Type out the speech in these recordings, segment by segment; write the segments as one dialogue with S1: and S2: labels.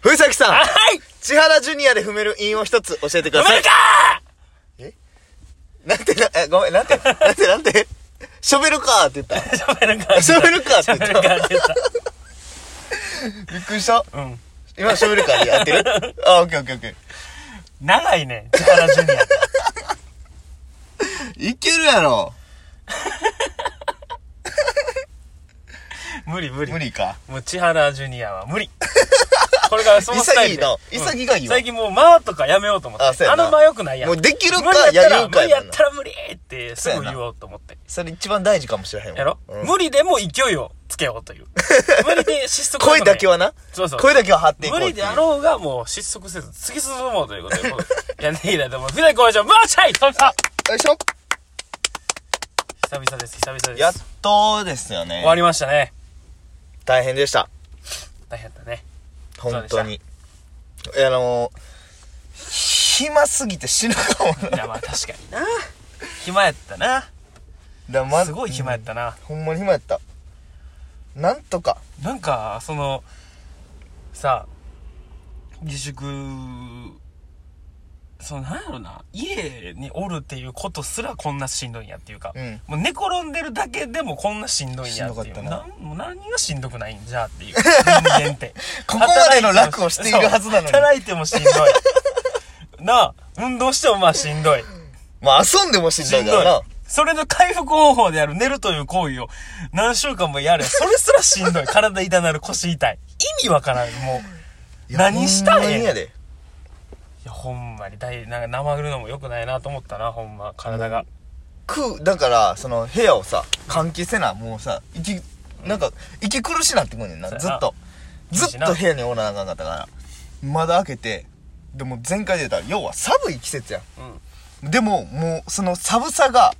S1: ふさきさん
S2: はい
S1: 千原ジュニアで踏める韻を一つ教えてくだ
S2: 止め
S1: さ
S2: る
S1: い。
S2: か
S1: なんてな、え、ごめん、なんて、なんて、なんて、ショベルカーって言った。
S2: ー止めるかー
S1: ショベルカーって言
S2: 止め
S1: っ
S2: る
S1: た。
S2: かーって言った。
S1: びっくりした。
S2: うん。
S1: 今、ショベルカーでやってるあ、オッケーオッケーオッケ
S2: 長いね、力ジュニアって。
S1: ー。いけるやろ。
S2: 無理無理。
S1: 無理か。
S2: もう千原ジュニア は無理。これがそのスタイルで。
S1: 潔いな潔いわ
S2: 最近もう間とかやめようと思
S1: あ
S2: っ
S1: そう
S2: て。
S1: や
S2: あ
S1: な
S2: の間良くないやん。
S1: もうできるか
S2: 無理やった
S1: や
S2: ら、
S1: るか
S2: 無
S1: やもんな
S2: 理やったら無理ってす
S1: そ
S2: ぐ
S1: うやな
S2: 言おうと思って。
S1: それ一番大事かもしれへんわ。
S2: やろ
S1: うん
S2: 無理でも勢いをつけよう という。無理で失速
S1: 声だけは
S2: な。
S1: な。
S2: そうそう
S1: 声だけは張っていこう
S2: 無
S1: ってい
S2: 理
S1: う。
S2: であろうがもう失速せず突き進もうということ で。いやねえだと思う。船工場、もうちょい飛びた
S1: よいしょ。
S2: 久々です、久々です。
S1: やっとですよね
S2: 終。わりましたね。
S1: 大変でした。
S2: 大変だね。
S1: 本当に。いやあのー、暇すぎて死ぬかも な。
S2: いやまあ確かにな。 暇やったな。
S1: だます
S2: ごい暇やったな。
S1: ほんまに暇やった。なんとか。
S2: なんか、その、さ、自粛、その、なんやろな、家におるっていうことすらこんなしんどいんやっていうか、
S1: うん
S2: もう寝転んでるだけでもこんなしんどいんやってい
S1: しんどか
S2: う。
S1: ったな
S2: なんもう何がしんどくないんじゃ っていう、人間って。
S1: ここまでの楽をしているはずなのに
S2: そう働いてもしんどい。なあ、運動してもまあしんどい。
S1: まあ遊んでもしんど
S2: し
S1: い
S2: ん
S1: か
S2: ど
S1: ら
S2: い
S1: な。。
S2: それの回復方法である寝るという行為を何週間もやれ。それすらしん どい。体痛なる、腰痛い。意味わからん、もう。何した
S1: いやほんまに
S2: いん
S1: や
S2: や
S1: で。
S2: いや、ほんまに、だい、なんか、生ぐるのも良くないなと思ったな、ほんま、体が。
S1: く、だから、その部屋をさ、換気せな、もうさ、息、なんか、息苦しなってくんねんな、
S2: そうや
S1: ず
S2: な
S1: っと。ずっと部屋におらなあかんかったから。まだ開けて、でも前回出た、要は寒い季節や
S2: うん。
S1: ん。でも、もう、その寒さが、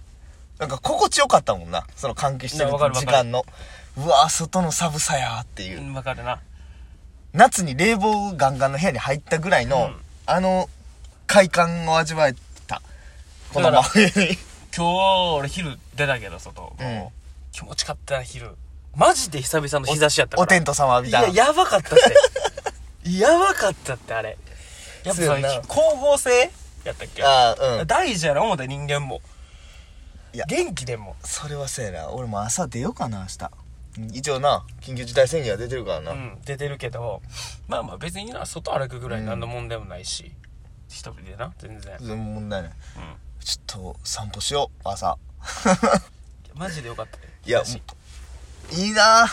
S1: なんか心地よかったもんな。その換気してる
S2: いやわかるわか
S1: 時
S2: る
S1: 間の。うわぁ、外の寒さやーっていう
S2: う。ん、わかるな。
S1: 夏に冷房ガンガンの部屋に入ったぐらいの、
S2: うん
S1: あの快感を味わえたこの
S2: だ
S1: 真
S2: か
S1: 冬に
S2: 今日、俺、昼出たけど、外。
S1: うん
S2: 気持ちかったな、昼。マジで久々の日差しやったから。
S1: お天道様み
S2: い
S1: たい
S2: や、
S1: な
S2: やばかったって。やばかったって、あれ。や
S1: そう
S2: っぱそ
S1: や
S2: の
S1: な
S2: 光合成やったっけ
S1: ああうん
S2: 大事やな思った人間も
S1: いや
S2: 元気でも
S1: それはせやな俺も朝出ようかな明日一応な緊急事態宣言が出てるからな、
S2: うん出てるけどまあまあ別にな外歩くぐらい何の問題もないし、一人でな全然、
S1: 全然問題ないちょっと散歩しよう朝
S2: マジでよかったね
S1: いや
S2: 日差し
S1: いいな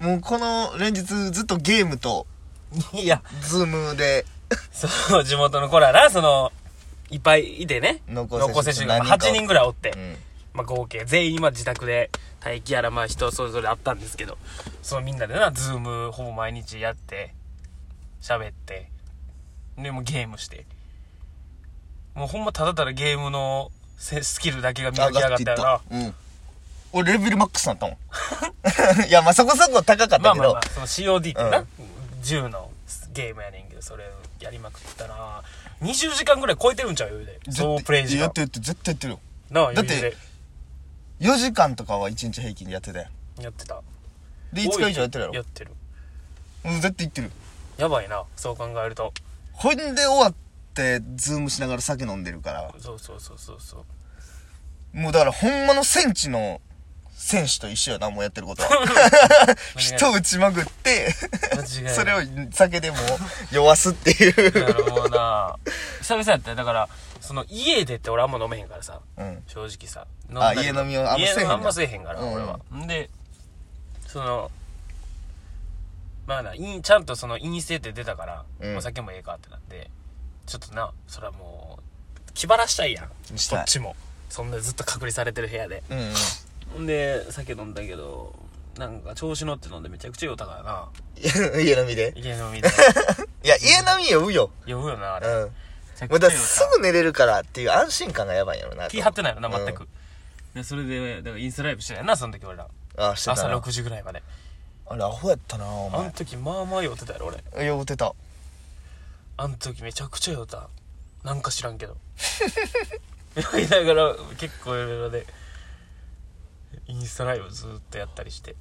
S1: もうこの連日ずっとゲームと
S2: いや
S1: ズームで
S2: そう地元の子らなそのいっぱいいてね
S1: 濃厚接触
S2: 濃厚接触が
S1: 何人か
S2: 8人ぐらいおって、
S1: うん
S2: まあ、合計全員まあ自宅で待機やらまあ人それぞれあったんですけどそのみんなでなズームほぼ毎日やって喋ってでもうゲームしてもうほんまただただゲームのせスキルだけが磨き上がったよな
S1: うん俺レベルマックスになったもん いやまあそこそこ高かっ
S2: ま
S1: た
S2: あ
S1: け
S2: まあ
S1: ど
S2: まあその COD ってな、
S1: うん
S2: 10のゲームやねんけどそれをやりまくってたな20時間ぐらい超えてるんちゃうよで
S1: 絶
S2: 総プレイ時
S1: や
S2: 間
S1: ってるって絶対やってるよ
S2: なあ
S1: だっ
S2: 余
S1: て
S2: 裕で
S1: 4時間とかは1日平均でやってたよ
S2: やってた
S1: で5日以上やってるやろ
S2: やってる
S1: うん絶対行ってる
S2: やばいなそう考えると
S1: ほんで終わってズームしながら酒飲んでるから
S2: そうそうそうそ うそう
S1: もうだからほんまの戦地の選手と一緒やなもうやってることは 人打ちまぐって
S2: 間違いない
S1: それを酒でも酔わすっていう
S2: なるほどな久々やったよだからその家でって俺あんま飲めへんからさ
S1: うん
S2: 正直さ
S1: あ
S2: んだ
S1: 家
S2: り
S1: 飲みをあんませえへんねん
S2: 家飲みあんませえへんから
S1: うん
S2: 俺はんでそのまあないんちゃんとその陰性って出たから、
S1: うん
S2: お酒もええかってなってちょっとなそれはもう気晴らしたいやんこ
S1: したい
S2: っちもそんなずっと隔離されてる部屋で
S1: うんうん
S2: んで酒飲んだけどなんか調子乗って飲んでめちゃくちゃ酔うたからな
S1: 家飲みで
S2: 家 飲みで
S1: いや家飲み酔うよ
S2: 酔うよなあ
S1: う
S2: れ、め
S1: ん
S2: ちゃ
S1: ま
S2: くち
S1: だ
S2: ゃ酔うた
S1: すぐ寝れるからっていう安心感がやばいんやろなと
S2: 気張ってないよな全く、
S1: うん
S2: でそれでだからインスタライブしてないなその時俺ら
S1: あしてた
S2: 朝
S1: な
S2: 6時ぐらいまで
S1: あれアホやったなお
S2: あの時まあまあ酔ってたやろ俺
S1: 前酔うてた
S2: あの時めちゃくちゃ酔ったなんか知らんけ ど酔いながら結構いろいろでインスタライブずっとやったりして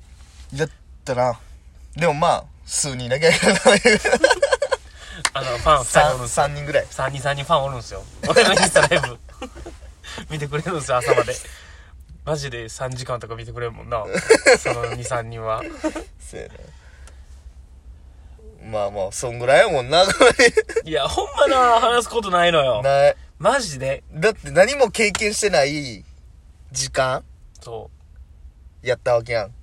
S1: やったなでもまあ、数人だけ。3
S2: あの、ファン2人おるんですよ。
S1: 人ぐらい。
S2: 3人3人ファンおるんですよ。俺のインスタライブ。 見てくれるんですよ、朝まで。マジで3時間とか見てくれるもんな。その2、3人は。
S1: そうやな。まあまあ、そんぐらいやもんな、こ
S2: いや、ほんまな、話すことないの
S1: れ。
S2: よ。
S1: ない。
S2: マジで。
S1: だって何も経験してない時間
S2: そ
S1: やったわけやん。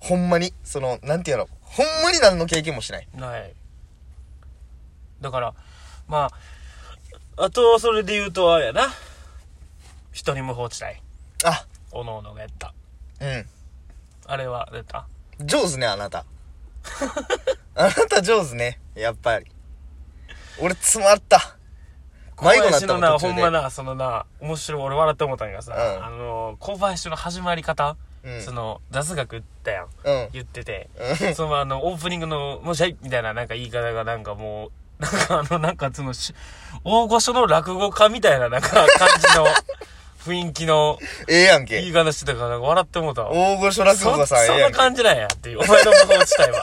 S1: ほんまに、その、なんていうの、ほんまに何の経験もしない。
S2: う。ない。だから、まあ、あと、それで言うと、あれやな。人に無法地帯。
S1: あ、
S2: おのおのがやった。
S1: う
S2: あれは、やった
S1: ん。上手ね、あなた。 あなた上手ね、やっぱり。俺、詰まった。迷子になっ
S2: 林
S1: た
S2: の
S1: もん
S2: な、
S1: 途
S2: ほ
S1: 中
S2: ん
S1: で。
S2: まな、そのな、面白い、俺笑って思ったんやがさ、
S1: うん
S2: あの、小林の始まり方、
S1: うん
S2: その、雑学言ったやん。
S1: うん。
S2: 言ってて、
S1: う
S2: そのあの、オープニングの、もしはい、みたいななんか言い方がなんかもう、なんかあの、なんかそのし、大御所の落語家みたいななんか感じの雰囲気の
S1: ええやん
S2: 言
S1: け。
S2: い方してたから、なんか笑ってもうたわ。
S1: 大御所落語家さん
S2: そ
S1: え
S2: そ
S1: え
S2: ん
S1: や
S2: なん
S1: け。
S2: 感じなんやっていう。お前の無法地帯は。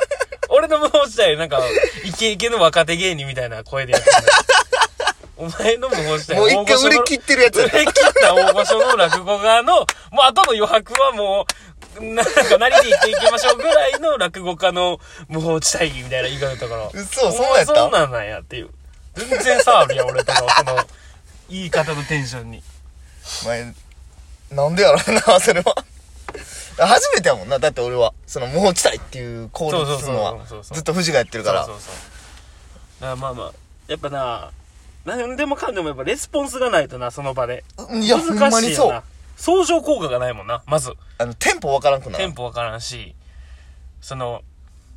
S2: 俺の無法地帯、なんか、イケイケの若手芸人みたいな声でやってる。お前の無法地帯
S1: もう一回売り切ってるやつ
S2: 売り 切った大御所の落語家の、もう後の余白はもう、なんか何で言っていきましょうぐらいの落語家の無法地帯みたいな言い方だから。
S1: 嘘そう
S2: お
S1: や
S2: 前
S1: った
S2: そんなんなんやっていう。全然差あるやん、俺とか、その、言い方のテンションに。
S1: 前、なんでやろうな、それは。 初めてやもんな。だって俺は、その、無法地帯っていうコールするの
S2: そうそうそうそうそう
S1: は、
S2: そう
S1: ずっと藤がやってるから
S2: そう。そうそうだからまあまあやっぱな何でもかんでもやっぱレスポンスがないとなその場で
S1: いや、
S2: 難
S1: ほんま
S2: しい
S1: に
S2: よ
S1: そう
S2: な。相乗効果がないもんなまず
S1: あの、テンポわからんくな
S2: テン
S1: る。
S2: ポわからんしその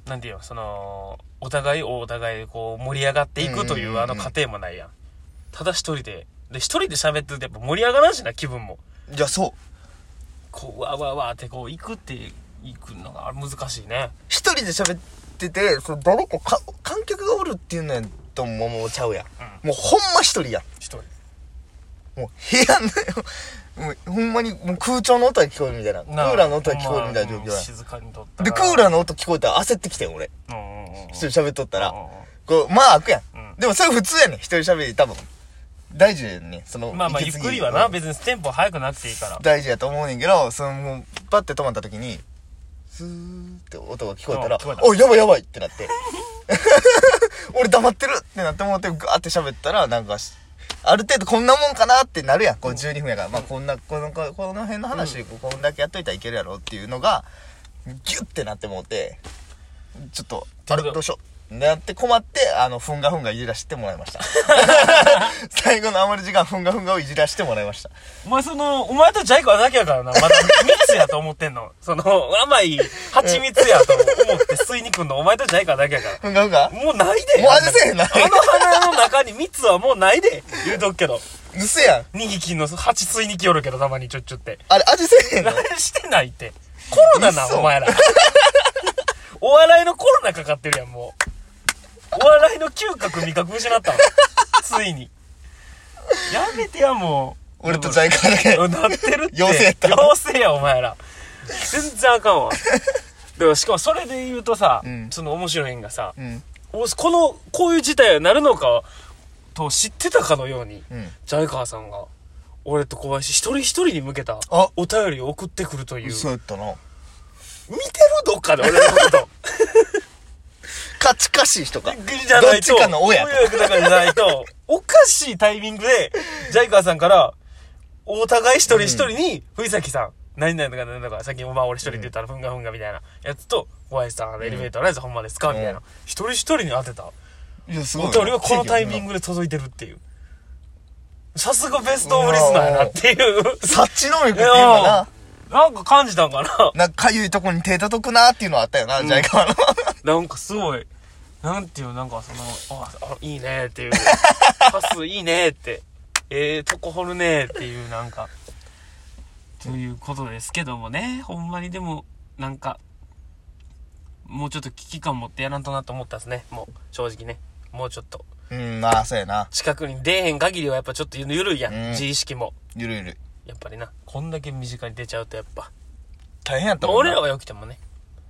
S2: なんていうのそのお互いをお互いこう盛り上がっていくとい
S1: うんうんうん
S2: う
S1: うん
S2: あの過程もないやんただ一人でで一人で喋ってるとやっぱ盛り上がらんしな気分も
S1: いや、そう。
S2: こうわーわーわーってこう行くって行くのが難しいね
S1: 一人で喋ってて、その誰かか観客がおるっていうのやとももうちゃうやん。もうほんま一人やん。
S2: 一人
S1: もう部屋の、も うほんまにもう空調の音が聞こえるみたいな。ク
S2: なあ
S1: ーラーの音が聞こえるみたいな状況
S2: ほんまうん
S1: や
S2: 静かにとった
S1: ん。で、クー
S2: ラ
S1: ラーの音聞こえたら焦ってきてん、俺。
S2: ー
S1: 一人喋っとったら
S2: うんうんうん。
S1: こう、まあ開くや
S2: うん
S1: ん。でもそれ普通やねん。一人喋り多分。大事やねん。その、
S2: まあまあゆ
S1: 息継
S2: っ
S1: ぎ
S2: くりはな、
S1: うん
S2: 別にテンポ速くなくていいから。
S1: 大事やと思うねんけど、その、もうパッて止まった時に、スーって音が聞こえた
S2: あ
S1: ら
S2: 聞こえ、た
S1: おい、やばいやばいってなって。 俺黙ってるってなって思って、ガーって喋ったら、なんかし、ある程度こんなもんかなってなるやん。こう12分やから、まあこんな、この、ここの辺の話、こんだけやっといたらいけるやろっていうのが、ギュッてなってもうて、ちょっと、あれ
S2: どう
S1: どうしよう。なって困って、あの、ふんがふんがいじらしてもらいま した。最後の余り時間、ふんがふんがをいじらしてもらいました。
S2: お前その、お前とジャイコはだけやからな、まだ蜜やと思ってんの。その、甘い蜂蜜やと思って吸いに来んの、お前とジャイコはだけやか
S1: ふんがふんが
S2: ら。もうないで。
S1: もう味せえへんな
S2: あの花の中に蜜はもうないで。言うとくけど。
S1: 嘘やん。
S2: 2匹の蜂吸いに来よるけど、たまにちょっちょって。
S1: あれ、味せえへん の
S2: 何してないって。コロナな、
S1: 嘘
S2: お前ら。お笑いのコロナかかってるやん、もう。お笑いの嗅覚味覚失ったわ。ついに。やめてや、もう。
S1: 俺とジャイカだけ。
S2: うんなってるって。
S1: 妖精やった
S2: 妖精や、お前ら。全然あかん わ。でもしかもそれで言うとさ、
S1: うん
S2: その面白いんがさ、
S1: うん。
S2: おこの、こういう事態になるのか、と知ってたかのように、
S1: うん。
S2: ジャイカーさんが、俺と小林一人一人に向けた
S1: あ
S2: お便りを送ってくるという。見て
S1: 嘘
S2: る
S1: やったな。
S2: どっかで俺のこと。
S1: カチカシ人か。
S2: じゃないと。
S1: どっちかの親と
S2: 親とかじゃないと、 おかしいタイミングで、ジャイカーさんから、お互い一人一人に、藤崎さん、何々とか何々とか、さっき、まあ俺一人って言ったら、ふんがふんがみたいなやつと、小林さん、エレベーターのやつほんまですかみたい
S1: うん
S2: な。一人一人に当てた。
S1: いや、す
S2: お便りはこのタイミン
S1: グ。
S2: グで届いてるっていう。さすがベストオブリスナーやなっていう。
S1: 察知能力っていうかな。
S2: なんか感じたんかな
S1: なんか、かゆいとこに手叩くなっていうのはあったよな、ジャイカはの。
S2: なんかすごい、なんていう、なんかその、あ、あいいねっ ていう、パスいいねって、ええとこ掘るねっていう、なんか、ということですけどもね、ほんまにでも、なんか、もうちょっと危機感持ってやらんとなと思ったですね、もう、正直ね。もうちょっと。
S1: うん、まあ、そうやな。
S2: 近くに出えへん限りはやっぱちょっとゆるいやん、
S1: うん
S2: 自意識も。
S1: ゆるゆる。
S2: やっぱりな、こんだけ身近に出ちゃうとやっぱ、
S1: 大変やった
S2: まあ
S1: もん
S2: 俺
S1: な。
S2: らは良くてもね、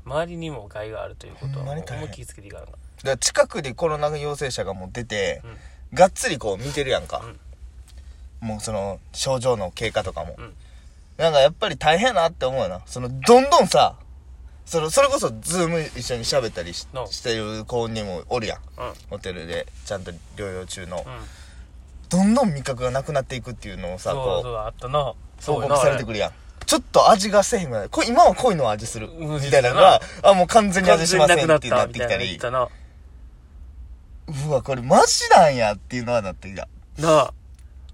S2: 周りにも害があるということ
S1: ほんま
S2: はも
S1: に
S2: う
S1: 大変
S2: 思いっきりつけていかなあかん
S1: ら近くでコロナ陽性者がもう出て、
S2: うん
S1: がっつりこう見てるやんか、もうその症状の経過とかも、
S2: うん
S1: なんかやっぱり大変やなって思うよなそのどんどんさそのそれこそズーム一緒に喋ったりし
S2: うん
S1: してる子にもおるやん
S2: うん
S1: ホテルでちゃんと療養中の、
S2: うん
S1: どんどん味覚がなくなっていくっていうのをさ
S2: そうそ
S1: こ
S2: うあったな
S1: う
S2: そ
S1: 報
S2: うや
S1: 告
S2: な
S1: されてくるやんちょっと味がせえへんぐらいこ今は濃いの味する
S2: うん
S1: みたいなのがあもう完全に
S2: 完
S1: 味し
S2: 全
S1: ま
S2: に
S1: せん
S2: な
S1: って
S2: くな
S1: なっ
S2: ってた
S1: き
S2: み
S1: た
S2: たい
S1: り
S2: なの言ったな
S1: うわこれマジなんやっていうのはなってきた
S2: なあ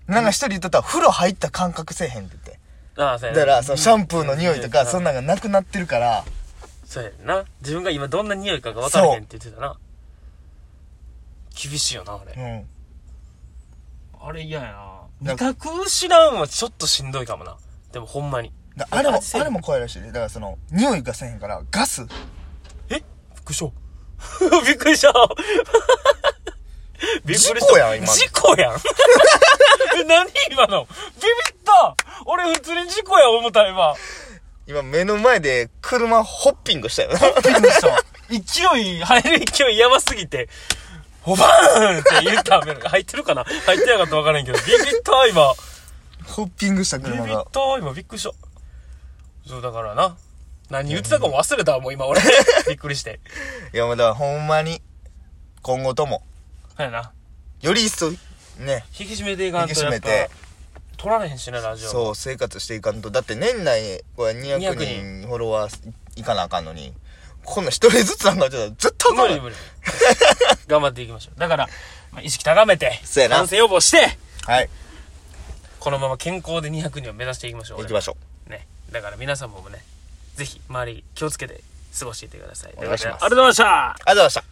S1: なんか一人言っとったら風呂入った感覚せえへんって言って
S2: なあそう
S1: だ
S2: や
S1: からそのシャンプーの匂いとかそん
S2: な
S1: なんがなくなってるから
S2: そうやな自分が今どんな匂いかが分からへんって言ってたな厳しいよなあれ
S1: うん
S2: あれ嫌や
S1: な
S2: な味覚失うんはちょっとしんどいかもなでもほんまに
S1: だあれも
S2: 味せえへん
S1: あれも怖いらしいでだからその匂いがせえへんからガス
S2: えびっくりしたびっくりしたびっくりした
S1: 事故やん今の
S2: 事故やんえ何今のビビった俺普通に事故や思った今
S1: 今目の前で車ホッピングしたよな
S2: びっくりした勢い入る勢いやばすぎてホバーンって言った雨が入ってるかな入ってなかったら分からへんけどビビった今
S1: ホッピングした
S2: ビ
S1: 車
S2: ビっ
S1: が
S2: た今びっくりしたそうだからな何言ってたかも忘れたわもう 今俺びっくりして
S1: いやもうだからほんまに今後とも
S2: はいな
S1: より一層ね
S2: 引き締めていか
S1: 引
S2: ん
S1: き
S2: と
S1: 締
S2: やっ
S1: め
S2: ぱ
S1: て
S2: 取られへんしねラジオも
S1: そう生活していかんとだって年内は200
S2: 200
S1: 人フォロワーいかなあかんのにこんなん一人ずつなんかちょっと絶対あかん
S2: 無理
S1: わ
S2: 無理頑張っていきましょうだから、まあ、意識高めて
S1: そうやな
S2: 感染予防して
S1: はい
S2: このまま健康で200人を目指していきましょう
S1: 行きま
S2: し
S1: しょ
S2: ょう、ね、だから皆様もねぜひ周り気をつけて過ごしていってください
S1: お願いします
S2: とうことでありがとうございました
S1: うありがとうございました